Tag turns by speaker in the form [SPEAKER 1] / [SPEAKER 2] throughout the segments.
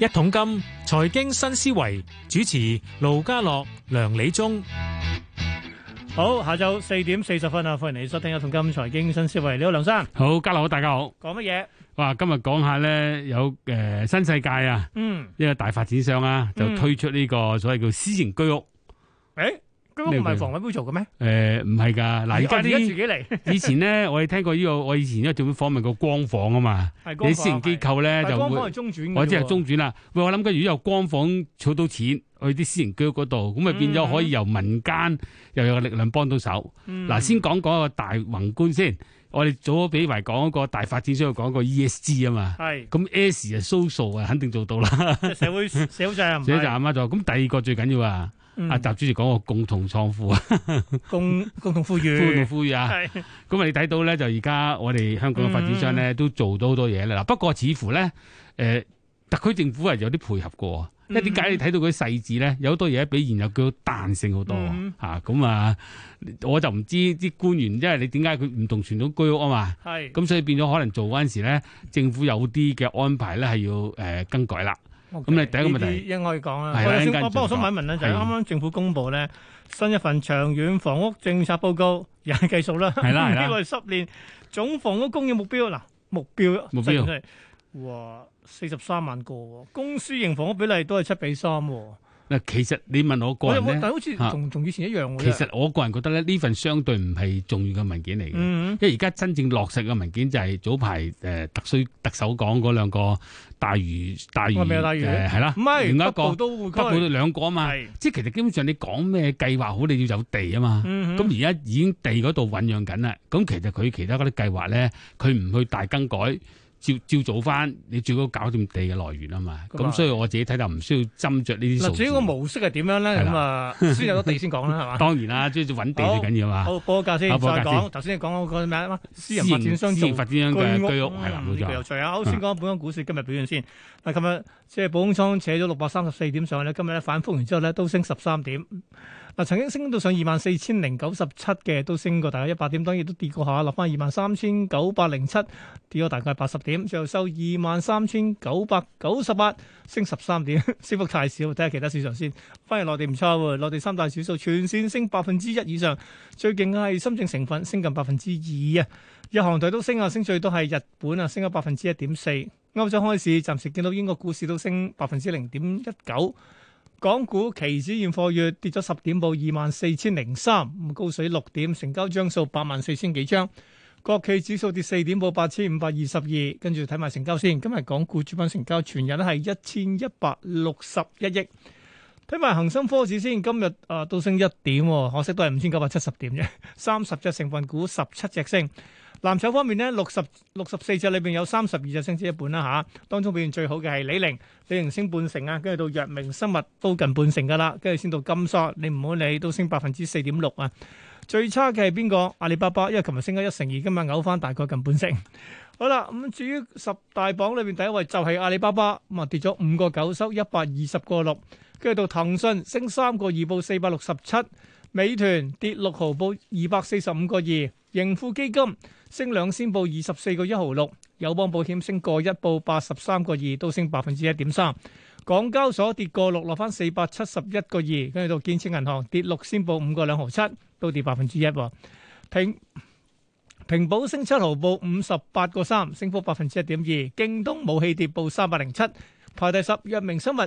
[SPEAKER 1] 一桶金財經新思維主持盧家樂、梁理中。
[SPEAKER 2] 好，下晝四點四十分啊，歡迎你收聽《一桶金財經新思維》。你好，梁生，
[SPEAKER 3] 好，家樂好，大家好。
[SPEAKER 2] 講乜嘢？
[SPEAKER 3] 哇，今日講下咧，有誒、呃新世界啊，
[SPEAKER 2] 嗯，
[SPEAKER 3] 一個大發展商啊，就
[SPEAKER 2] 嗯
[SPEAKER 3] 推出呢個所謂叫私營居屋。
[SPEAKER 2] 誒，居屋唔係房委會做嘅咩？
[SPEAKER 3] 誒唔係㗎，嗱而
[SPEAKER 2] 哦
[SPEAKER 3] 家
[SPEAKER 2] 而家自
[SPEAKER 3] 啲
[SPEAKER 2] 己嚟，
[SPEAKER 3] 以前咧，我哋聽過呢、個，我以前咧仲訪問過光房啊嘛，
[SPEAKER 2] 係
[SPEAKER 3] 你私營機構咧
[SPEAKER 2] 但係
[SPEAKER 3] 就
[SPEAKER 2] 光
[SPEAKER 3] 會
[SPEAKER 2] 房係。中轉嘅啫喎，
[SPEAKER 3] 我即係中轉啦。喂，我諗緊，如果有光房儲到錢去啲私營居屋嗰度，咁咪變咗可以由民間又有力量幫到手。
[SPEAKER 2] 嗯，
[SPEAKER 3] 嗱、先講講一個大宏觀先。我哋早比為講嗰個大發展商講個 ESG 啊嘛，
[SPEAKER 2] 係
[SPEAKER 3] 咁 S 啊 social 啊肯定做到啦。
[SPEAKER 2] 即係社 會社會責任，
[SPEAKER 3] 所以就啱啱就咁。第二個最緊要啊，
[SPEAKER 2] 嗯
[SPEAKER 3] 阿習主席講個共同創富啊，
[SPEAKER 2] 共共 同富
[SPEAKER 3] 富同
[SPEAKER 2] 裕，
[SPEAKER 3] 富裕啊。
[SPEAKER 2] 係
[SPEAKER 3] 咁啊，你睇到咧，就而家我哋香港嘅發展商
[SPEAKER 2] 嗯
[SPEAKER 3] 咧都做到好多嘢啦。嗱，不過似乎咧，誒、特區政府係有啲配合過，
[SPEAKER 2] 嗯
[SPEAKER 3] 因為點解你睇到佢啲細緻咧，有好多嘢比現有佢彈性好多
[SPEAKER 2] 嗯
[SPEAKER 3] 嚇。咁啊，我就唔知啲官員，因為你點解佢唔同傳統居屋啊嘛，
[SPEAKER 2] 係
[SPEAKER 3] 咁所以變咗可能做嗰陣時咧，政府有啲嘅安排咧係要誒、更改啦。
[SPEAKER 2] 咁
[SPEAKER 3] 你第一個問題
[SPEAKER 2] 應該講啊，
[SPEAKER 3] 係啦
[SPEAKER 2] 我
[SPEAKER 3] 一陣
[SPEAKER 2] 想
[SPEAKER 3] 間
[SPEAKER 2] 我幫我想問一問咧，就係
[SPEAKER 3] 係
[SPEAKER 2] 啱啱政府公布咧新一份長遠房屋政策報告，又係計數啦，
[SPEAKER 3] 係啦係啦
[SPEAKER 2] 呢個係十年總房屋供應目標嗱，目標
[SPEAKER 3] 目標
[SPEAKER 2] 真係哇四十三萬個喎，公私營房屋比例都係七比三喎，
[SPEAKER 3] 嗱，其實你問我個
[SPEAKER 2] 我有
[SPEAKER 3] 人
[SPEAKER 2] 冇？但
[SPEAKER 3] 咧，
[SPEAKER 2] 好似
[SPEAKER 3] 嚇
[SPEAKER 2] 同同以前一樣喎，
[SPEAKER 3] 其實我個人覺得咧，呢份相對唔係重要嘅文件嚟嘅。
[SPEAKER 2] 嗯
[SPEAKER 3] 因為而家真正落實嘅文件就係早排誒、呃特需特首講嗰兩個大嶼大嶼
[SPEAKER 2] 我啊咪有大嶼
[SPEAKER 3] 誒係啦，
[SPEAKER 2] 唔係
[SPEAKER 3] 另
[SPEAKER 2] 北
[SPEAKER 3] 外一個
[SPEAKER 2] 部都會
[SPEAKER 3] 北部
[SPEAKER 2] 區
[SPEAKER 3] 都兩個啊嘛，
[SPEAKER 2] 係
[SPEAKER 3] 即係其實基本上你講咩計劃好，你要有地啊嘛。
[SPEAKER 2] 嗯
[SPEAKER 3] 咁而家已經地嗰度醖釀緊啦，咁其實佢其他嗰啲計劃咧，佢唔去大更改，照照做翻，你最好搞掂地嘅來源啊嘛。
[SPEAKER 2] 咁啊
[SPEAKER 3] 咁所以我自己睇就唔需要斟酌呢啲數
[SPEAKER 2] 嗱，至於
[SPEAKER 3] 字。
[SPEAKER 2] 個模式係點樣咧？
[SPEAKER 3] 係啦
[SPEAKER 2] 咁啊，先有咗地先講 啦，係嘛？
[SPEAKER 3] 當然啦，即係揾地最緊要啊嘛。
[SPEAKER 2] 好，報個價先，
[SPEAKER 3] 好
[SPEAKER 2] 再
[SPEAKER 3] 報價
[SPEAKER 2] 講。
[SPEAKER 3] 先
[SPEAKER 2] 頭先你講嗰個咩啊？私人
[SPEAKER 3] 私
[SPEAKER 2] 發
[SPEAKER 3] 營
[SPEAKER 2] 展商
[SPEAKER 3] 私
[SPEAKER 2] 做
[SPEAKER 3] 營發展商嘅居屋係啦，
[SPEAKER 2] 嗯
[SPEAKER 3] 冇
[SPEAKER 2] 呢個有
[SPEAKER 3] 錯。
[SPEAKER 2] 趣啊！我先講本港股市今日表現先。嗱，琴日即係保空倉扯咗六百三十四點上去咧，今日咧反覆完之後咧都升十三點。嗱，曾經升到上二萬四千零九十七嘅，都升過大概一百點，當然都跌過下，落翻二萬三千九百零七，跌咗大概八十點，最後收二萬三千九百九十八，升十三點， 升幅太少。睇下其他市場先。反而內地唔錯喎，內地三大指數全線升百分之一以上，最勁嘅係深證成分升近百分之二啊。日韓台都升啊，升最多係日本啊，升咗百分之一點四。歐洲開市，暫時見到英國股市都升百分之零點一九。港股期指現貨月跌咗十點，報二萬四千零三，高水六點，成交張數八萬四千幾張。國企指數跌四點，報八千五百二十二。跟住睇埋成交先，今日港股主板成交全日係一千一百六十一億。睇埋恒生科指先，今日啊都升一點喎，可惜都係五千九百七十點啫。三十隻成分股，十七隻升。藍籌方面咧，六十六十四隻裏邊有三十二隻升至一半啦吓，當中表現最好嘅係李寧，李寧升半成啊，跟住到藥明生物都近半成噶啦，跟住先到金沙，你唔好理都升百分之四點六啊。最差嘅係邊個？阿里巴巴，因為琴日升咗一成二，今日嘔翻大概近半成。 好啦，咁至於十大榜裏邊第一位就係阿里巴巴，咁啊跌咗五個九，收一百二十個六。跟住到騰訊升三個二，報四百六十七。美團跌六毫，報二百四十五個二。盈富基金升兩仙，報二十四個一毫六。友邦保險升個一，報八十三個二，都升百分之一點三。港交所跌個六，落翻四百七十一個二。跟住到建設銀行跌六仙，報五個兩毫七，都跌百分之一喎。平平保升七毫，報五十八個三，升幅百分之一點二。京東武器跌報三百零七，排第十。藥明生物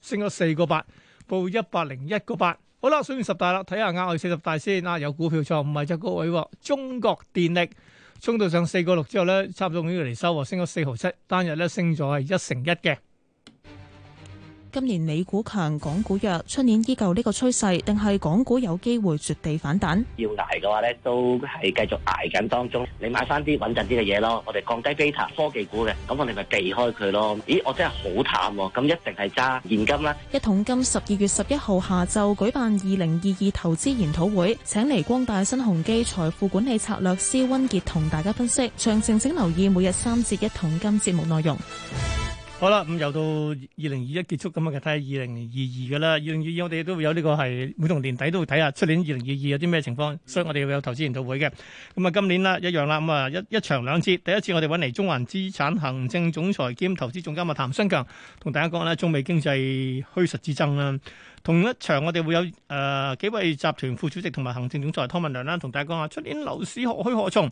[SPEAKER 2] 升咗四個八，報一百零一個八。好啦，數完十大啦，睇下額外四十大先啊！有股票錯唔係就高位喎，中國電力衝到上四個六之後咧，差唔多呢個嚟收喎，升咗四毫七，單日咧升咗係一成一嘅。
[SPEAKER 4] 今年美股強，港股弱，出年依舊呢個趨勢，定係港股有機會絕地反彈？
[SPEAKER 5] 要捱嘅話咧，都係繼續捱緊當中。你買翻啲穩陣啲嘅嘢咯，我哋降低 beta 科技股嘅，咁我哋咪避開佢咯。咦，我真係好淡喎、咁一定係揸現金啦。
[SPEAKER 4] 一桶金十二月十一號下晝舉辦二零二二投資研討會，請嚟光大新鴻基財富管理策略師温傑同大家分析，詳情請留意每日三節一桶金節目內容。
[SPEAKER 2] 好啦，咁又到二零二一結束咁啊，睇下二零二二噶啦。二零二二我哋都會有呢個係每同年底都會睇下出年二零二二有啲咩情況，所以我哋會有投資研討會嘅。咁啊，今年啦一樣啦，咁啊一一場兩節，第一節我哋揾嚟中環資產行政總裁兼投資總監啊譚新強，同大家講啦中美經濟虛實之爭啦。同一場我哋會有誒、呃、幾位集團副主席同埋行政總裁湯文亮啦，同大家講下出年樓市何去何從。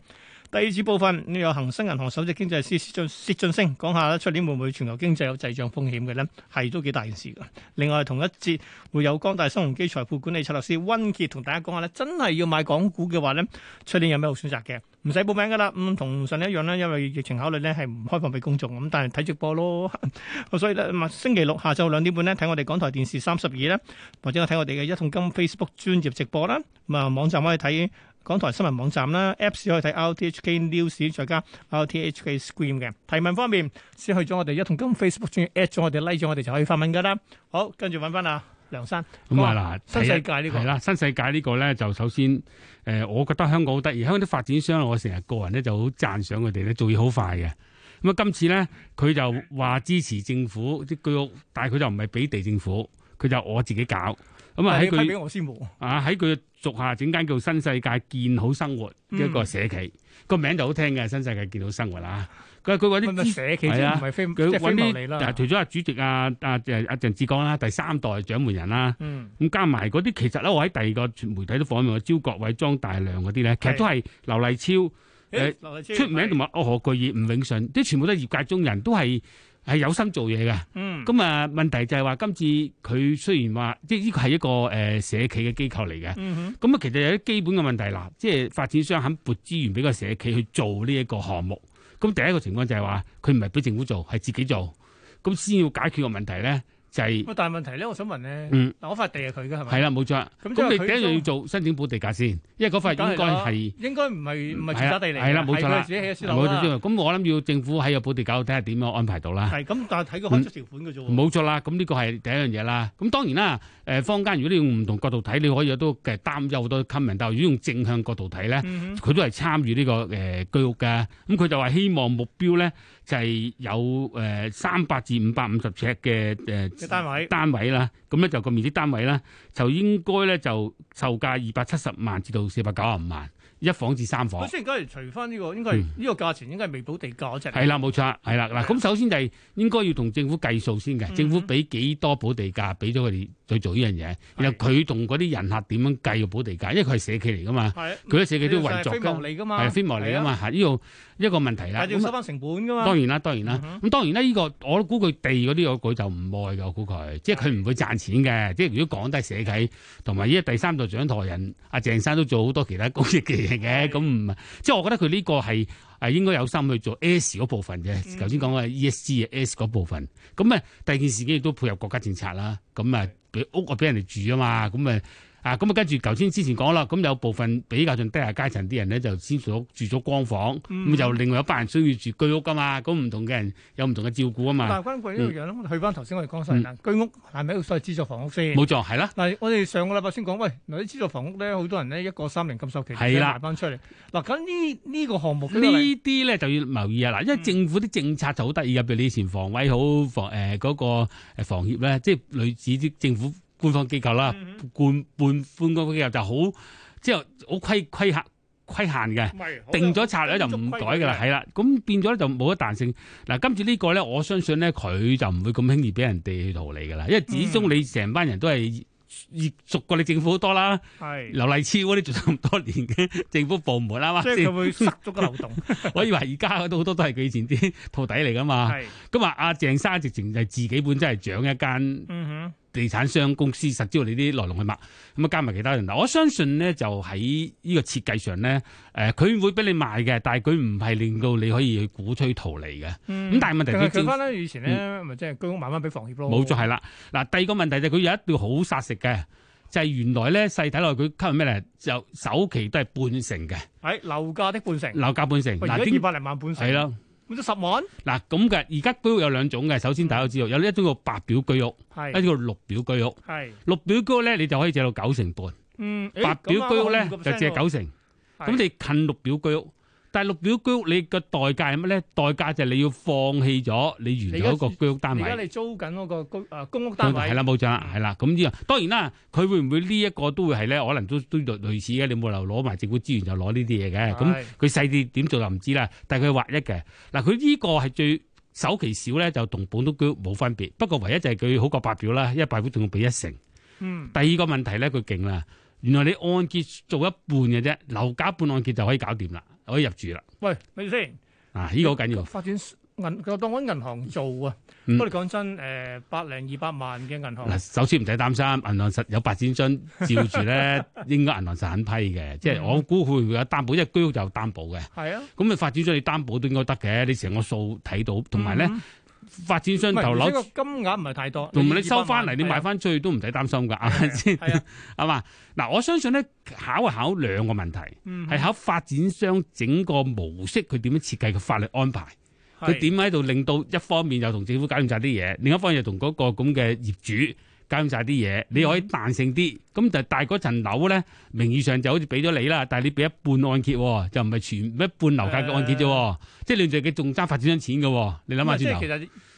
[SPEAKER 2] 第二節部分，呢有恒生銀行首席經濟師薛俊薛俊升講下啦，出年會唔會全球經濟有滯脹風險嘅咧？係都幾大件事㗎。另外同一節會有光大新鴻基財富管理策略師温傑同大家講下咧，真係要買港股嘅話咧，出年有咩好選擇嘅？唔使報名㗎啦，咁、同上年一樣啦，因為疫情考慮咧係唔開放俾公眾咁，但係睇直播咯。 所以咧，咁啊星期六下晝兩點半咧睇我哋港台電視三十二咧，或者我睇我哋嘅一桶金 Facebook 專業直播啦。咁啊網站可以睇。港台新聞網站啦，Apps 可以睇 RTHK News，再加 RTHK Screen 嘅。提問方面，先去咗我哋一同金 Facebook 專頁 at 咗我哋 like 咗我哋就可以發問噶啦。好，跟住揾翻阿梁生。
[SPEAKER 3] 咁啊嗱，
[SPEAKER 2] 新世界呢個
[SPEAKER 3] 係啦，新世界呢個咧就首先誒、呃我覺得香港好得意，香港啲發展商我成日個人咧就好讚賞佢哋咧做嘢好快嘅。咁啊，今次咧佢就話支持政府啲居屋，但係佢就唔係俾地政府，佢就我自己搞。
[SPEAKER 2] 嗯但
[SPEAKER 3] 咁啊
[SPEAKER 2] 係
[SPEAKER 3] 喺
[SPEAKER 2] 你批
[SPEAKER 3] 佢
[SPEAKER 2] 俾我先冇。
[SPEAKER 3] 啊喺佢屬下整間叫新世界建好生活嘅一個社企，
[SPEAKER 2] 嗯
[SPEAKER 3] 個、名就好聽嘅，新世界建好生活啊。佢佢嗰
[SPEAKER 2] 咪咪
[SPEAKER 3] 啲
[SPEAKER 2] 社企
[SPEAKER 3] 係
[SPEAKER 2] 啫，
[SPEAKER 3] 啊
[SPEAKER 2] 唔係非
[SPEAKER 3] 佢
[SPEAKER 2] 即係非
[SPEAKER 3] 揾
[SPEAKER 2] 牟利
[SPEAKER 3] 啲
[SPEAKER 2] 啦
[SPEAKER 3] 嗱，。除咗阿主席啊啊誒阿鄭志剛啦，第三代掌門人啦。
[SPEAKER 2] 嗯，
[SPEAKER 3] 咁加埋嗰啲，其實咧，我喺第二個傳媒體都訪問過招國偉、莊大亮嗰啲咧，其實都係劉麗
[SPEAKER 2] 誒
[SPEAKER 3] 誒，
[SPEAKER 2] 劉麗超
[SPEAKER 3] 超出名，同埋哦何巨業、吳永信，啲全部都係業界中人，都係係有心做嘢嘅。
[SPEAKER 2] 嗯，
[SPEAKER 3] 咁啊，問題就係話今次佢雖然話，即係呢個係一個誒社企嘅機構嚟嘅，
[SPEAKER 2] 嗯哼，
[SPEAKER 3] 咁啊，其實有啲基本嘅問題啦，即係發展商肯撥資源俾個社企去做呢一個項目。咁第一個情況就係話，佢唔係俾政府做，係自己做，咁先要解決個問題咧，就係、
[SPEAKER 2] 咁但係問題咧，我想問咧，
[SPEAKER 3] 嗯。
[SPEAKER 2] 嗱，我塊地係佢嘅係咪？
[SPEAKER 3] 係啦，冇錯。
[SPEAKER 2] 咁
[SPEAKER 3] 咁
[SPEAKER 2] 即係
[SPEAKER 3] 你
[SPEAKER 2] 佢
[SPEAKER 3] 第一樣
[SPEAKER 2] 都
[SPEAKER 3] 要做申請補地價先，因為嗰塊應該
[SPEAKER 2] 梗係啦
[SPEAKER 3] 係
[SPEAKER 2] 應該唔係唔係住
[SPEAKER 3] 係啦
[SPEAKER 2] 宅地嚟嘅，
[SPEAKER 3] 係啦冇錯啦
[SPEAKER 2] 係佢自己起嘅私樓
[SPEAKER 3] 冇
[SPEAKER 2] 啦。
[SPEAKER 3] 錯。咁我諗要政府喺個補地價度睇下點樣安排到啦。
[SPEAKER 2] 係咁，但係睇佢開出條款嘅啫喎。
[SPEAKER 3] 冇錯啦，咁呢個係第一樣嘢啦。咁當然啦，誒坊間如果你用唔同角度睇，你可以有都嘅擔憂好多 comment，但係如果用正向角度睇咧，
[SPEAKER 2] 嗯哼，
[SPEAKER 3] 佢都係參與呢個誒居屋㗎。咁佢就話希望目標咧就係有誒三百至五百五十尺嘅
[SPEAKER 2] 嘅
[SPEAKER 3] 誒
[SPEAKER 2] 單位，
[SPEAKER 3] 單位啦，咁咧就個面積單位啦，就應該咧就售價二百七十萬至到四百九十五萬，一房至三
[SPEAKER 2] 咁
[SPEAKER 3] 房。
[SPEAKER 2] 雖然梗係除翻呢個，應該係呢個價錢應該係未補地價嗰隻。
[SPEAKER 3] 係啦，冇錯啦，係啦，嗱，咁首先就係應該要同政府計數先嘅，
[SPEAKER 2] 嗯
[SPEAKER 3] 政府俾幾多補地價俾咗佢哋去做呢樣嘢，然後佢同嗰啲人客點樣計個補地價，因為佢係社企嚟噶嘛，
[SPEAKER 2] 係啊，
[SPEAKER 3] 佢啲社企都
[SPEAKER 2] 你就
[SPEAKER 3] 運
[SPEAKER 2] 係
[SPEAKER 3] 作
[SPEAKER 2] 非牟
[SPEAKER 3] 㗎，
[SPEAKER 2] 利噶嘛，
[SPEAKER 3] 係非牟利啊
[SPEAKER 2] 係啊，
[SPEAKER 3] 嘛，係呢度一個問題啦。
[SPEAKER 2] 但係要
[SPEAKER 3] 咁
[SPEAKER 2] 收
[SPEAKER 3] 啊
[SPEAKER 2] 翻成本噶嘛。
[SPEAKER 3] 當然啦，當然啦。
[SPEAKER 2] 嗯
[SPEAKER 3] 咁當然啦，呢、個我估佢地嗰啲我佢就唔愛嘅，我估佢，即係佢唔會賺錢嘅。即係如果講低社企，同埋依家第三代掌舵人阿鄭生都做好多其他公益嘅嘢
[SPEAKER 2] 嗯
[SPEAKER 3] 嘅，咁唔即係我覺得佢呢個係誒應該有心去做 S 嗰部分
[SPEAKER 2] 嗯
[SPEAKER 3] 啫。頭先講嘅 ESG 嘅 E S 嗰部分，咁啊第二件事件亦都配合國家政策啦。咁啊俾屋啊俾人哋住啊嘛，咁啊。啊，咁啊，跟住頭先之前講啦，咁有部分比較上低下階層啲人咧，就先住咗住咗光房，咁、
[SPEAKER 2] 嗯
[SPEAKER 3] 就另外一班人需要住居屋噶啊嘛，咁唔同嘅人有唔同嘅照顧啊嘛，
[SPEAKER 2] 但係關鍵呢樣咧，我哋去翻頭先我哋講晒啦，居屋係咪一個所謂資助房屋先？
[SPEAKER 3] 冇錯，係啦，
[SPEAKER 2] 嗱，我哋上個禮拜先講，喂，嗱啲資助房屋咧，好多人咧一個三年禁售期，
[SPEAKER 3] 係啦
[SPEAKER 2] 賣翻出嚟。嗱，咁呢呢個項目
[SPEAKER 3] 呢啲咧就要留意啊嗱，因為政府啲政策就好得意嘅，譬如你以前房委好房誒嗰、個誒房協咧，即係類似啲政府官方機構啦，
[SPEAKER 2] 嗯
[SPEAKER 3] 官半官方機構就好即係好規規限規限嘅。定咗策略就唔改㗎啦，係啦，咁變咗咧就冇得彈性。嗱，今次呢個咧，我相信咧佢就唔會咁輕易俾人哋去逃離㗎啦，因為
[SPEAKER 2] 嗯
[SPEAKER 3] 始終你成班人都係熱熟過你政府好多啦，
[SPEAKER 2] 係，
[SPEAKER 3] 劉麗超嗰啲做咗咁多年嘅政府部門啦，
[SPEAKER 2] 即
[SPEAKER 3] 啱唔
[SPEAKER 2] 係佢
[SPEAKER 3] 啱
[SPEAKER 2] 會塞咗個漏洞。
[SPEAKER 3] 先我以為而家嗰度好多都係佢以前啲徒弟嚟㗎嘛。
[SPEAKER 2] 係，
[SPEAKER 3] 咁啊，阿鄭生直情就係自己本身係掌一間
[SPEAKER 2] 嗯
[SPEAKER 3] 地產商公司實知道你啲來龍去脈，咁啊加埋其他人嗱，我相信咧就喺呢個設計上咧，誒、佢會俾你賣嘅，但係佢唔係令到你可以去鼓吹逃離嘅，
[SPEAKER 2] 哼，
[SPEAKER 3] 咁但係問題
[SPEAKER 2] 係
[SPEAKER 3] 佢
[SPEAKER 2] 佢
[SPEAKER 3] 政
[SPEAKER 2] 翻咧以前咧，咪即係居屋慢慢俾房協咯。
[SPEAKER 3] 冇錯係啦。嗱，第二個問題就係佢有一條好殺食嘅，就係、原來咧細睇落去佢吸引咩咧，就首期都係半成嘅，
[SPEAKER 2] 係樓價的半成，
[SPEAKER 3] 樓價半成
[SPEAKER 2] 喂而
[SPEAKER 3] 嗱，
[SPEAKER 2] 家二
[SPEAKER 3] 點
[SPEAKER 2] 百零萬半成，
[SPEAKER 3] 係，啦，
[SPEAKER 2] 咁都十萬，
[SPEAKER 3] 嗱咁嘅，而家居屋有兩種嘅，首先大家都知道有一種叫白表居屋，一
[SPEAKER 2] 係
[SPEAKER 3] 種叫綠表居屋。
[SPEAKER 2] 係，
[SPEAKER 3] 綠表居屋咧你就可以借到九成半，
[SPEAKER 2] 嗯，誒
[SPEAKER 3] 白表居屋咧就借，
[SPEAKER 2] 咁啱
[SPEAKER 3] 九
[SPEAKER 2] 好5%
[SPEAKER 3] 成。
[SPEAKER 2] 喎
[SPEAKER 3] 咁你近綠表居屋，但係綠表居屋你個代價係乜咧？代價就係你要放棄咗你原有一個居屋單
[SPEAKER 2] 而家
[SPEAKER 3] 位。
[SPEAKER 2] 你租緊嗰個公誒公屋單位嗯
[SPEAKER 3] 係，啦，冇錯啦，係啦。咁呢樣當然啦，佢會唔會呢一個都會係咧？可能都都類類似嘅。你冇理由攞埋政府資源就攞呢啲嘢嘅。咁
[SPEAKER 2] 係
[SPEAKER 3] 佢細啲點做就唔知啦，但係佢劃一嘅。嗱，佢呢個係最首期少咧，就同本都居屋冇分別。不過唯一就係佢好過白表啦，因為白表仲要俾一成。
[SPEAKER 2] 嗯
[SPEAKER 3] 第二個問題咧，佢勁啦，原來你按揭做一半嘅啫，樓價一半按揭就可以搞掂啦，可以入住啦。
[SPEAKER 2] 喂，咪先。
[SPEAKER 3] 啊，呢、個好緊要。
[SPEAKER 2] 發展銀當揾銀行做啊！
[SPEAKER 3] 嗯
[SPEAKER 2] 不過你講真，誒百零二百萬嘅銀行，
[SPEAKER 3] 嗱，首先唔使擔心，銀行實有發展商照住 咧，應該銀行實肯批嘅。即係
[SPEAKER 2] 嗯
[SPEAKER 3] 我估佢會有擔保，因為居屋就有擔保嘅。
[SPEAKER 2] 係啊，
[SPEAKER 3] 咁你發展商你擔保都應該得嘅，你成個數睇到，同埋咧
[SPEAKER 2] 嗯，
[SPEAKER 3] 發展商
[SPEAKER 2] 唔係
[SPEAKER 3] 頭
[SPEAKER 2] 而且個
[SPEAKER 3] 樓，
[SPEAKER 2] 金額唔係太多，
[SPEAKER 3] 同
[SPEAKER 2] 200
[SPEAKER 3] 埋你收翻
[SPEAKER 2] 萬
[SPEAKER 3] 嚟，
[SPEAKER 2] 啊
[SPEAKER 3] 你賣，翻出去都唔使擔心㗎，係咪先？
[SPEAKER 2] 係啊，
[SPEAKER 3] 係嘛？嗱，我相信咧，考係考兩個問題，係
[SPEAKER 2] 係
[SPEAKER 3] 考發展商整個模式，佢點樣設計嘅法律安排。佢點喺度令到一方面又同政府搞掂晒啲嘢，另一方面又同嗰個咁嘅業主搞掂晒啲嘢，你可以彈性啲。咁就但係嗰層樓咧，名義上就好似俾咗你啦，但係你俾一半按揭喎，就唔係全一半樓價嘅按揭啫喎，即係你就佢仲爭發展商錢嘅喎。你諗下
[SPEAKER 2] 啊即
[SPEAKER 3] 轉
[SPEAKER 2] 係
[SPEAKER 3] 頭
[SPEAKER 2] 其，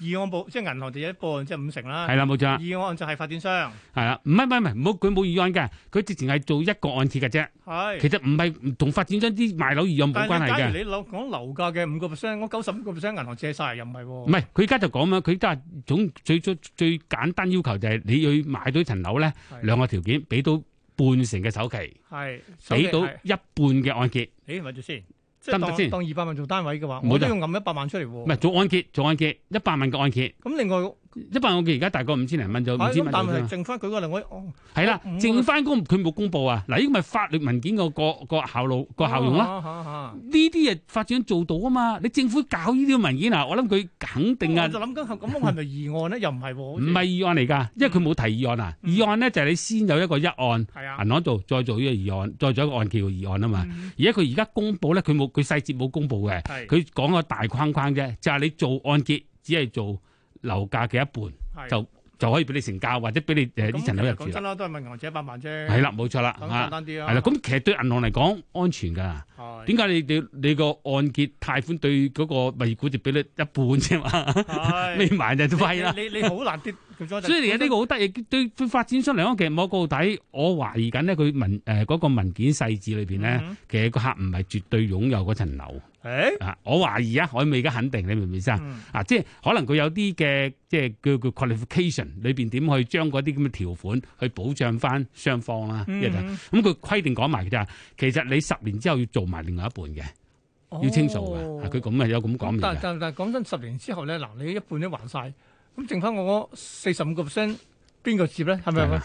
[SPEAKER 2] 實二按保即係銀行就一半，即係五成啦。
[SPEAKER 3] 係啦啊冇錯啦，
[SPEAKER 2] 二按就係發展商，
[SPEAKER 3] 係啦，唔係唔係唔係，唔好佢冇預案㗎，佢直情係做一個按揭嘅啫。
[SPEAKER 2] 係。
[SPEAKER 3] 其實唔係同發展商啲賣樓預案冇
[SPEAKER 2] 但
[SPEAKER 3] 關
[SPEAKER 2] 係假
[SPEAKER 3] 係嘅
[SPEAKER 2] 如。你樓講樓價嘅五個 percent，我九十五個 percent 銀行借晒又唔係喎。
[SPEAKER 3] 唔係，佢而家就講啊啦，佢都係總最最最簡單要求就係你要買到層樓咧，
[SPEAKER 2] 係
[SPEAKER 3] 兩個條件，俾到半成嘅首期，
[SPEAKER 2] 係手機
[SPEAKER 3] 俾到
[SPEAKER 2] 係
[SPEAKER 3] 一半嘅按揭，
[SPEAKER 2] 咦咪住先，即
[SPEAKER 3] 得唔得
[SPEAKER 2] 係
[SPEAKER 3] 先
[SPEAKER 2] 當當二百萬做單位嘅話，
[SPEAKER 3] 冇
[SPEAKER 2] 我都
[SPEAKER 3] 得
[SPEAKER 2] 要揞一百萬出嚟
[SPEAKER 3] 唔
[SPEAKER 2] 喎。
[SPEAKER 3] 係做按揭，做按揭一百萬嘅按揭，
[SPEAKER 2] 咁另外，
[SPEAKER 3] 一百萬按揭而家大概五千零蚊咗，
[SPEAKER 2] 啊
[SPEAKER 3] 五千
[SPEAKER 2] 咁
[SPEAKER 3] 蚊
[SPEAKER 2] 但
[SPEAKER 3] 左
[SPEAKER 2] 係
[SPEAKER 3] 右啫嘛
[SPEAKER 2] 剩翻舉個例，我哦我
[SPEAKER 3] 係啦
[SPEAKER 2] 五，個
[SPEAKER 3] 剩翻工佢冇公佈啊，嗱，呢個咪法律文件個個個效路個效用啦。
[SPEAKER 2] 啊啊啊啊
[SPEAKER 3] 呢啲嘢發展做到啊嘛，你政府搞呢啲文件啊，我諗佢肯定啊
[SPEAKER 2] 我，就諗緊，咁哦我係咪議案咧？又唔係喎，好
[SPEAKER 3] 唔
[SPEAKER 2] 似
[SPEAKER 3] 係議案嚟㗎，因為佢冇提議案啊。
[SPEAKER 2] 嗯
[SPEAKER 3] 議案咧就係你先有一個一案。
[SPEAKER 2] 係啊，
[SPEAKER 3] 銀行度再做呢個議案，再做一個按揭嘅議案啊嘛。
[SPEAKER 2] 嗯
[SPEAKER 3] 而家佢而家公佈咧，佢冇佢細節冇公佈嘅，
[SPEAKER 2] 係
[SPEAKER 3] 佢講個大框框啫，就係、你做按揭只係做樓價嘅一半
[SPEAKER 2] 係
[SPEAKER 3] 就就可以俾你成交，或者俾你誒
[SPEAKER 2] 咁
[SPEAKER 3] 呢層樓入
[SPEAKER 2] 其實
[SPEAKER 3] 住
[SPEAKER 2] 講
[SPEAKER 3] 啦
[SPEAKER 2] 真。啦，都係問銀行借一百萬啫，
[SPEAKER 3] 係啦，冇錯啦，
[SPEAKER 2] 咁簡
[SPEAKER 3] 嚇
[SPEAKER 2] 單啲啦，
[SPEAKER 3] 係啦。咁其實對銀行嚟講安全㗎。
[SPEAKER 2] 係
[SPEAKER 3] 點解你你你個按揭貸款對嗰個物業估值俾你一半啫嘛？
[SPEAKER 2] 係
[SPEAKER 3] 未埋就廢啦。
[SPEAKER 2] 你你你好難跌，佢再
[SPEAKER 3] 所以而家呢個好得意，對對發展商嚟講，其實冇個底。我懷疑緊咧，佢文誒嗰個文件細節裏邊咧。
[SPEAKER 2] 嗯
[SPEAKER 3] 其實個客唔係絕對擁有嗰層樓
[SPEAKER 2] 誒，
[SPEAKER 3] 啊！我懷疑啊，我未而家肯定，你明唔明先
[SPEAKER 2] 嗯
[SPEAKER 3] 啊？即係可能佢有啲嘅即係叫叫 qualification 裏邊點去將嗰啲咁嘅條款去保障翻雙方啦。一就
[SPEAKER 2] 嗯
[SPEAKER 3] 咁佢規定講埋嘅咋，其實你十年之後要做埋另外一半嘅，
[SPEAKER 2] Ừ.
[SPEAKER 3] 要清數
[SPEAKER 2] 哦
[SPEAKER 3] 嘅。啊佢咁啊有咁講明
[SPEAKER 2] 但
[SPEAKER 3] 嘅，
[SPEAKER 2] 但但講真，十年之後咧，嗱，你一半都還晒，咁剩翻我四十五個 percent，邊個接咧？係 咪
[SPEAKER 3] 係
[SPEAKER 2] 咪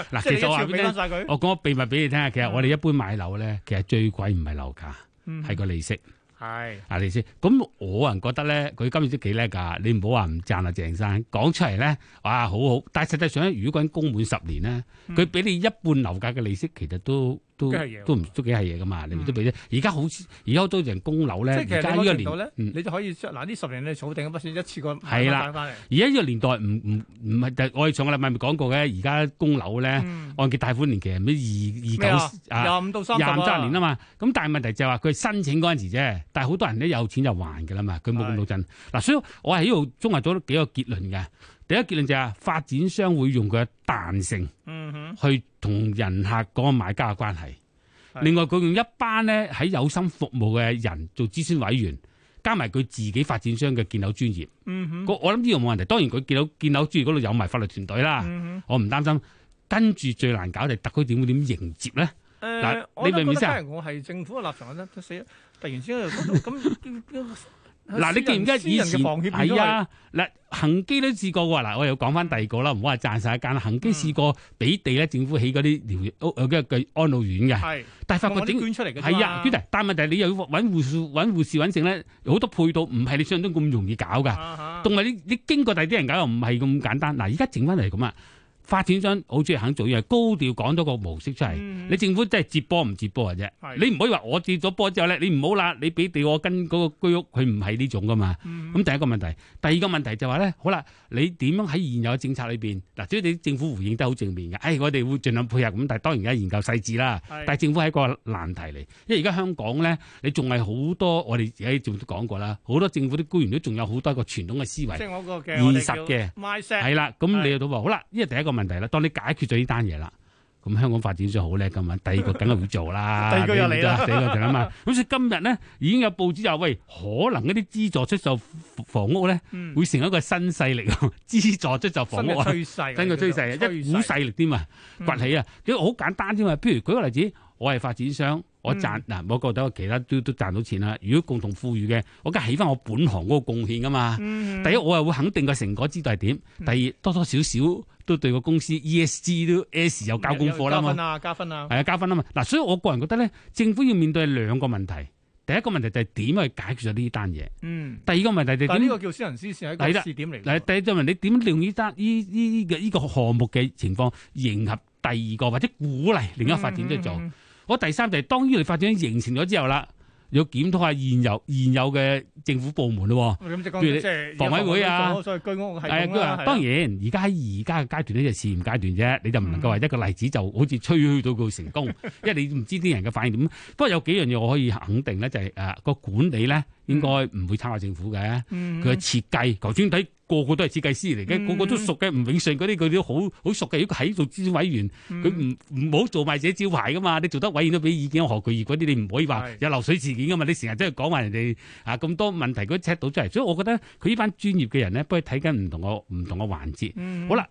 [SPEAKER 3] 啦？嗱，
[SPEAKER 2] 即
[SPEAKER 3] 其
[SPEAKER 2] 係你一
[SPEAKER 3] 實我
[SPEAKER 2] 次過
[SPEAKER 3] 話俾
[SPEAKER 2] 俾翻晒
[SPEAKER 3] 你聽，
[SPEAKER 2] 佢，
[SPEAKER 3] 我講個秘密俾你聽下。啊其實我哋一般買樓咧，其實最貴唔係樓價，
[SPEAKER 2] 嗯
[SPEAKER 3] 係個利息。
[SPEAKER 2] 係
[SPEAKER 3] 啊，你先。咁我人覺得咧，佢今次都幾叻㗎。你唔好話唔讚啊，鄭生講出嚟咧，哇，好好。但係實際上咧，如果個人供滿十年咧，佢俾你一半樓價嘅利息，其實都都
[SPEAKER 2] 嗯幾係嘢喎
[SPEAKER 3] 都唔都幾係嘢㗎嘛。你咪
[SPEAKER 2] 嗯
[SPEAKER 3] 都俾啫。而家好似而家好多人供樓咧，
[SPEAKER 2] 即係其
[SPEAKER 3] 而
[SPEAKER 2] 實
[SPEAKER 3] 家
[SPEAKER 2] 你
[SPEAKER 3] 呢
[SPEAKER 2] 某
[SPEAKER 3] 個
[SPEAKER 2] 程度
[SPEAKER 3] 年
[SPEAKER 2] 咧，
[SPEAKER 3] 嗯
[SPEAKER 2] 你就可以將嗱呢十年你儲定嘅筆錢一次過
[SPEAKER 3] 係啦
[SPEAKER 2] 買翻嚟。
[SPEAKER 3] 而家呢個年代唔唔唔係，就係我哋上個禮拜咪講過嘅，而家供樓咧。
[SPEAKER 2] 嗯
[SPEAKER 3] 按揭貸款年期係咩
[SPEAKER 2] 咩
[SPEAKER 3] 二
[SPEAKER 2] 啊
[SPEAKER 3] 二九啊
[SPEAKER 2] 廿五到三十
[SPEAKER 3] 廿五週
[SPEAKER 2] 啊
[SPEAKER 3] 年啊嘛，咁但係問題就係話佢申請嗰陣時啫，但係好多人咧有錢就還㗎啦嘛，佢冇咁老陣。嗱，所以我係喺度綜合咗幾個結論嘅。第一個結論就係發展商會用佢嘅彈性
[SPEAKER 2] 嗯哼，
[SPEAKER 3] 去同人客嗰個買家嘅關係。
[SPEAKER 2] 係
[SPEAKER 3] 另外佢用一班咧喺有心服務嘅人做諮詢委員，加埋佢自己發展商嘅建樓專業。
[SPEAKER 2] 嗯哼，
[SPEAKER 3] 個我諗呢個冇問題。當然佢建樓建樓專業嗰度有埋法律團隊啦，
[SPEAKER 2] 嗯
[SPEAKER 3] 我唔擔心。跟住最難搞就係特區政府點迎接咧？
[SPEAKER 2] 哼，
[SPEAKER 3] 嗱
[SPEAKER 2] 誒，
[SPEAKER 3] 你
[SPEAKER 2] 我都覺
[SPEAKER 3] 明唔明
[SPEAKER 2] 得
[SPEAKER 3] 先啊
[SPEAKER 2] 假如我係政府嘅立場咧，都死啦！突然之間又咁 咁，
[SPEAKER 3] 嗱，你記唔記得以
[SPEAKER 2] 啊私人
[SPEAKER 3] 前
[SPEAKER 2] 嘅房協變咗
[SPEAKER 3] 係啊？嗱，恒基都試過喎。嗱，我又講翻第二個啦，唔好話賺晒一間啦。恒基試過俾地咧，政府起嗰啲療屋有嘅嘅安老院嘅，
[SPEAKER 2] 係
[SPEAKER 3] 但係發
[SPEAKER 2] 發
[SPEAKER 3] 覺
[SPEAKER 2] 啊哦啲
[SPEAKER 3] 整
[SPEAKER 2] 捐出嚟嘅啫嘛
[SPEAKER 3] 係啊，娟弟，但係問題你又要揾護士、揾護士、揾剩咧，好多配套唔係你想象中咁容易搞㗎。
[SPEAKER 2] 啊哈
[SPEAKER 3] 同埋你你經過第啲人搞又唔係咁簡單。嗱，而家整翻嚟咁啊，發展商好中意肯做嘢，高調講咗個模式出嚟。
[SPEAKER 2] 嗯
[SPEAKER 3] 你政府真係接波唔接波嘅啫
[SPEAKER 2] 係，
[SPEAKER 3] 你唔可以話我接咗波之後咧，你唔好啦，你俾地我跟嗰個居屋，佢唔係呢種噶嘛。
[SPEAKER 2] 嗯
[SPEAKER 3] 咁第一個問題，第二個問題就話咧，好啦，你點樣喺現有嘅政策裏邊嗱，只要你政府回應得好正面嘅，誒、我哋會盡量配合咁，但係當然而家研究細緻啦。
[SPEAKER 2] 係
[SPEAKER 3] 但係政府係一個難題嚟，因為而家香港咧，你仲係好多我哋而家仲都講過啦，好多政府啲官員都仲有好多一個傳統嘅思
[SPEAKER 2] 即
[SPEAKER 3] 維，
[SPEAKER 2] 係我個嘅
[SPEAKER 3] 現實嘅
[SPEAKER 2] 賣石
[SPEAKER 3] 係啦。咁
[SPEAKER 2] 係
[SPEAKER 3] 你又到話好啦，呢個第一個問題啦，當你解決咗呢單嘢啦。咁香港發展商好叻咁嘛，第二個梗係會做 啦，
[SPEAKER 2] 第二個又嚟啦
[SPEAKER 3] 第二個就啦 嘛。咁所以今日咧已經有報紙就話，喂，可能一啲資助出售房屋咧。
[SPEAKER 2] 嗯
[SPEAKER 3] 會成一個新勢力喎， 資助出
[SPEAKER 2] 新
[SPEAKER 3] 售房
[SPEAKER 2] 嘅
[SPEAKER 3] 屋啊，
[SPEAKER 2] 趨勢，
[SPEAKER 3] 新嘅趨勢啊，一股勢力添啊，
[SPEAKER 2] 嗯
[SPEAKER 3] 崛起啊，咁好簡單啫嘛。譬如舉個例子，我係發展商，我賺嗱，
[SPEAKER 2] 嗯
[SPEAKER 3] 我覺得我其他都都賺到錢啦。如果共同富裕嘅，我梗係起翻我本行嗰個貢獻噶嘛。
[SPEAKER 2] 嗯
[SPEAKER 3] 第一，我係會肯定個成果知道係點；第二，多多少少都對個公司 ESG 都，E S 有交功課啦
[SPEAKER 2] 加。
[SPEAKER 3] 嘛
[SPEAKER 2] 分啊，加分啊，
[SPEAKER 3] 係啊，加分啊嘛。嗱，所以我個人覺得咧，政府要面對兩個問題。第一個問題就係點去解決咗呢單嘢。
[SPEAKER 2] 嗯，
[SPEAKER 3] 第二個問題就係
[SPEAKER 2] 但係呢
[SPEAKER 3] 點
[SPEAKER 2] 個叫私人私事係一個
[SPEAKER 3] 係啦
[SPEAKER 2] 試點嚟
[SPEAKER 3] 嗱，
[SPEAKER 2] 㗎，
[SPEAKER 3] 第一就問你點利用呢單呢呢嘅呢個項目嘅情況，迎合第二個或者鼓勵另一發展商做。
[SPEAKER 2] 嗯
[SPEAKER 3] 我第三就係、當於你發展商形成咗之後啦，要檢討下現有現有嘅政府部門咯。
[SPEAKER 2] 咁即係
[SPEAKER 3] 譬如
[SPEAKER 2] 講
[SPEAKER 3] 你
[SPEAKER 2] 即係
[SPEAKER 3] 房委會啊
[SPEAKER 2] 所謂居屋係
[SPEAKER 3] 係啊，
[SPEAKER 2] 統
[SPEAKER 3] 佢
[SPEAKER 2] 啦，
[SPEAKER 3] 話
[SPEAKER 2] 係
[SPEAKER 3] 當然而家喺而家嘅階段呢，就試驗階段啫，你就唔
[SPEAKER 2] 嗯
[SPEAKER 3] 能夠話一個例子就好似吹噓到佢成功，因為你唔知啲人嘅反應點。不過有幾樣嘢我可以肯定咧，就係誒個管理咧應該唔會差過政府嘅。
[SPEAKER 2] 嗯
[SPEAKER 3] 佢嘅設計，頭先睇個個都係設計師嚟
[SPEAKER 2] 嗯
[SPEAKER 3] 嘅，個個都熟嘅，吳永信嗰啲佢都好好熟嘅。如果喺做諮詢委員，佢
[SPEAKER 2] 嗯
[SPEAKER 3] 唔唔好做賣者招牌噶嘛，你做得委員都俾意見何巨業嗰啲，你唔可以話
[SPEAKER 2] 係
[SPEAKER 3] 有漏水事件噶嘛，你成日都係講話人哋啊咁多問題，佢都 check 到出嚟，所以我覺得佢呢班專業嘅人咧，幫佢睇緊唔同個唔同嘅環節。
[SPEAKER 2] 嗯
[SPEAKER 3] 好啦，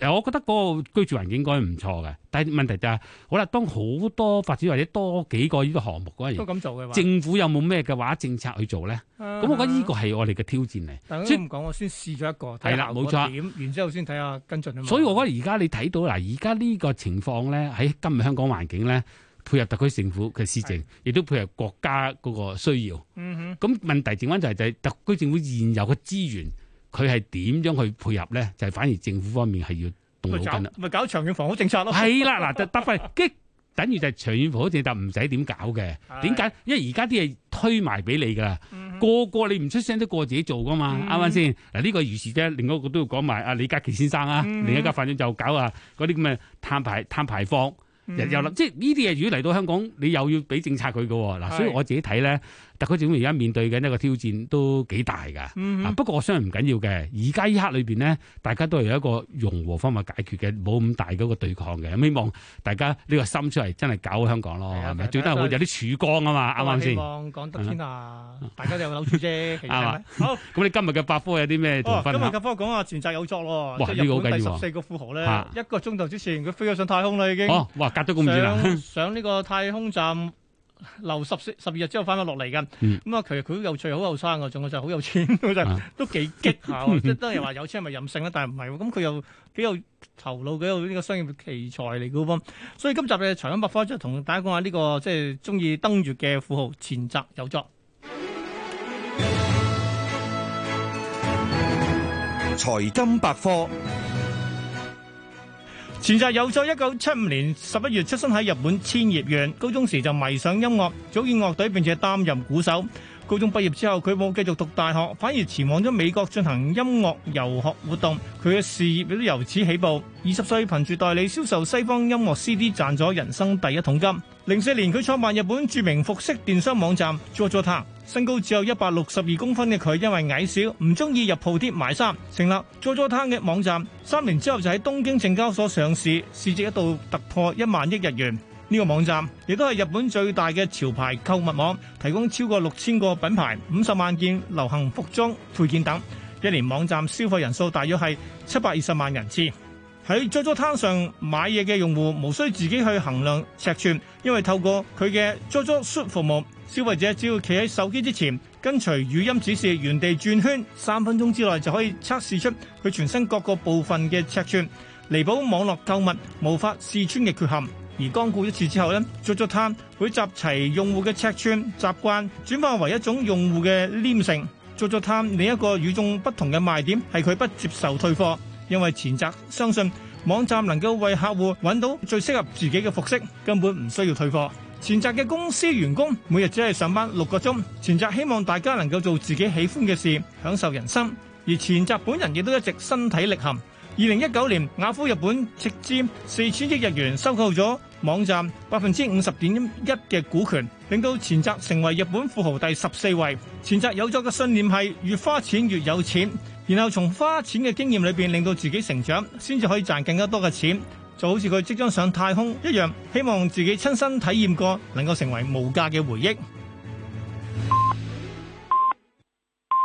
[SPEAKER 3] 誒，我覺得嗰個居住環境應該唔錯嘅，但係問題就係、好啦，當好多發展或者多幾個呢個項目嗰陣
[SPEAKER 2] 都啊
[SPEAKER 3] 時，
[SPEAKER 2] 咁做嘅話，
[SPEAKER 3] 政府有冇咩嘅話政策去做咧？咁
[SPEAKER 2] 咁
[SPEAKER 3] 我覺得呢個係我哋嘅挑戰嚟。
[SPEAKER 2] 但係
[SPEAKER 3] 所以
[SPEAKER 2] 咁講，我先試咗一個，
[SPEAKER 3] 係啦冇錯啊
[SPEAKER 2] 點，然之後先睇下跟進啊嘛。
[SPEAKER 3] 所以我覺得而家你睇到嗱，而家呢個情況咧，喺今日香港環境咧，配合特區政府嘅施政，亦都配合國家嗰個需要。
[SPEAKER 2] 嗯
[SPEAKER 3] 咁問題剩翻就係就係特區政府現有嘅資源，佢係點樣去配合咧？就係、反而政府方面係要
[SPEAKER 2] 哼，
[SPEAKER 3] 動
[SPEAKER 2] 咪
[SPEAKER 3] 腦筋啦
[SPEAKER 2] 搞。咪搞長遠房屋政策咯。
[SPEAKER 3] 啊係啦，嗱，就得翻即係等於就係長遠好似就唔使點搞嘅。
[SPEAKER 2] 係
[SPEAKER 3] 點解？因為而家啲嘢推埋俾你㗎啦，
[SPEAKER 2] 嗯
[SPEAKER 3] 個個你唔出聲都個自己做㗎嘛，
[SPEAKER 2] 嗯
[SPEAKER 3] 啱唔啱先？嗱，呢個如是啫，另一個都要講埋阿李家傑先生啊，
[SPEAKER 2] 嗯
[SPEAKER 3] 另一家發展就搞啊嗰啲咁嘅碳排碳排放。
[SPEAKER 2] 嗯
[SPEAKER 3] 又又諗，即係呢啲嘢，如果嚟到香港，你又要俾政策佢嘅喎。嗱，
[SPEAKER 2] 係
[SPEAKER 3] 所以我自己睇咧，特區政府而家面對緊一個挑戰都幾大㗎。
[SPEAKER 2] 嗯
[SPEAKER 3] 啊，不過我相信唔緊要嘅。而家呢刻裏邊咧，大家都係有一個融和方法解決嘅，冇咁大嗰個對抗嘅。咁希望大家呢個心出嚟，真係搞香港
[SPEAKER 2] 係
[SPEAKER 3] 咯，
[SPEAKER 2] 啊
[SPEAKER 3] 係
[SPEAKER 2] 大
[SPEAKER 3] 咪？
[SPEAKER 2] 家
[SPEAKER 3] 最低係會有啲曙光啊嘛，啱唔啱
[SPEAKER 2] 希
[SPEAKER 3] 先？
[SPEAKER 2] 望講得天下，大家都有樓 住啫。其實係咪好。
[SPEAKER 3] 咁你今日嘅百科有啲咩同
[SPEAKER 2] 哦
[SPEAKER 3] 我，
[SPEAKER 2] 今
[SPEAKER 3] 啊分啊
[SPEAKER 2] 日
[SPEAKER 3] 享？
[SPEAKER 2] 嘅科講下前澤有作咯，
[SPEAKER 3] 哇
[SPEAKER 2] 即
[SPEAKER 3] 呢個
[SPEAKER 2] 係
[SPEAKER 3] 好
[SPEAKER 2] 日本第
[SPEAKER 3] 緊要
[SPEAKER 2] 十
[SPEAKER 3] 啊
[SPEAKER 2] 四個富豪咧
[SPEAKER 3] 嚇，
[SPEAKER 2] 一個鐘頭之前佢飛咗上太空啦，已經
[SPEAKER 3] 哦，哇，隔咗咁遠啊！
[SPEAKER 2] 上上呢個太空站。留十四十二日之後翻返落嚟㗎，
[SPEAKER 3] 嗯
[SPEAKER 2] 咁啊其實佢好有趣，好後生啊㗎，仲有就係好有錢，佢就
[SPEAKER 3] 啊
[SPEAKER 2] 都幾激下 喎。即係當然話有錢係咪任性咧？但係唔係喎，咁佢又幾有頭腦，幾有呢個商業奇才嚟㗎噃。所以今集嘅財金百科就同大家講下呢、個即係中意登月嘅富豪前澤有作。
[SPEAKER 6] 財金百科。
[SPEAKER 2] 前澤有作一九七五年十一月出生喺日本千葉縣，高中時就迷上音樂，組建樂隊並且擔任鼓手。高中畢業之後，佢冇繼續讀大學，反而前往咗美國進行音樂遊學活動。佢嘅事業亦都由此起步。二十歲憑住代理銷售西方音樂 CD 賺咗人生第一桶金。零四年，佢創辦日本著名服飾電商網站 ZOZOTOWN。身高只有一百六十二公分嘅佢，因為矮小，唔中意入鋪貼買衫，成立 ZOZOTOWN 嘅網站。三年之後就喺東京證交所上市，市值一度突破一萬億日元。呢個網站亦都係日本最大嘅潮牌購物網，提供超過六千個品牌、五十萬件流行服裝配件等。一年網站消費人數大約係七百二十萬人次。喺 JoJo 攤上買嘢嘅用戶無需自己去衡量尺寸，因為透過佢嘅 JoJo Suit 服務，消費者只要企喺手機之前，跟隨語音指示原地轉圈，三分鐘之內就可以測試出佢全身各個部分嘅尺寸，彌補網絡購物無法試穿嘅缺陷。而光顧一次之後呢 JoJo 攤會集齊用戶嘅尺寸習慣，轉化為一種用戶嘅黏性。JoJo 攤另一個與眾不同嘅賣點係佢不接受退貨。因為前澤相信網站能夠為客戶揾到最適合自己嘅服飾，根本唔需要退貨。前澤嘅公司員工每日只係上班六個鐘，前澤希望大家能夠做自己喜歡嘅事，享受人生。而前澤本人亦都一直身體力行。二零一九年，雅虎日本斥資四千億日元收購咗網站百分之五十點一嘅股權，令到前澤成為日本富豪第十四位。前澤有咗嘅信念係越花錢越有錢，然後從花錢嘅經驗裏邊令到自己成長，先至可以賺更加多嘅錢。就好似佢即將上太空一樣，希望自己親身體驗過，能夠成為無價嘅回憶。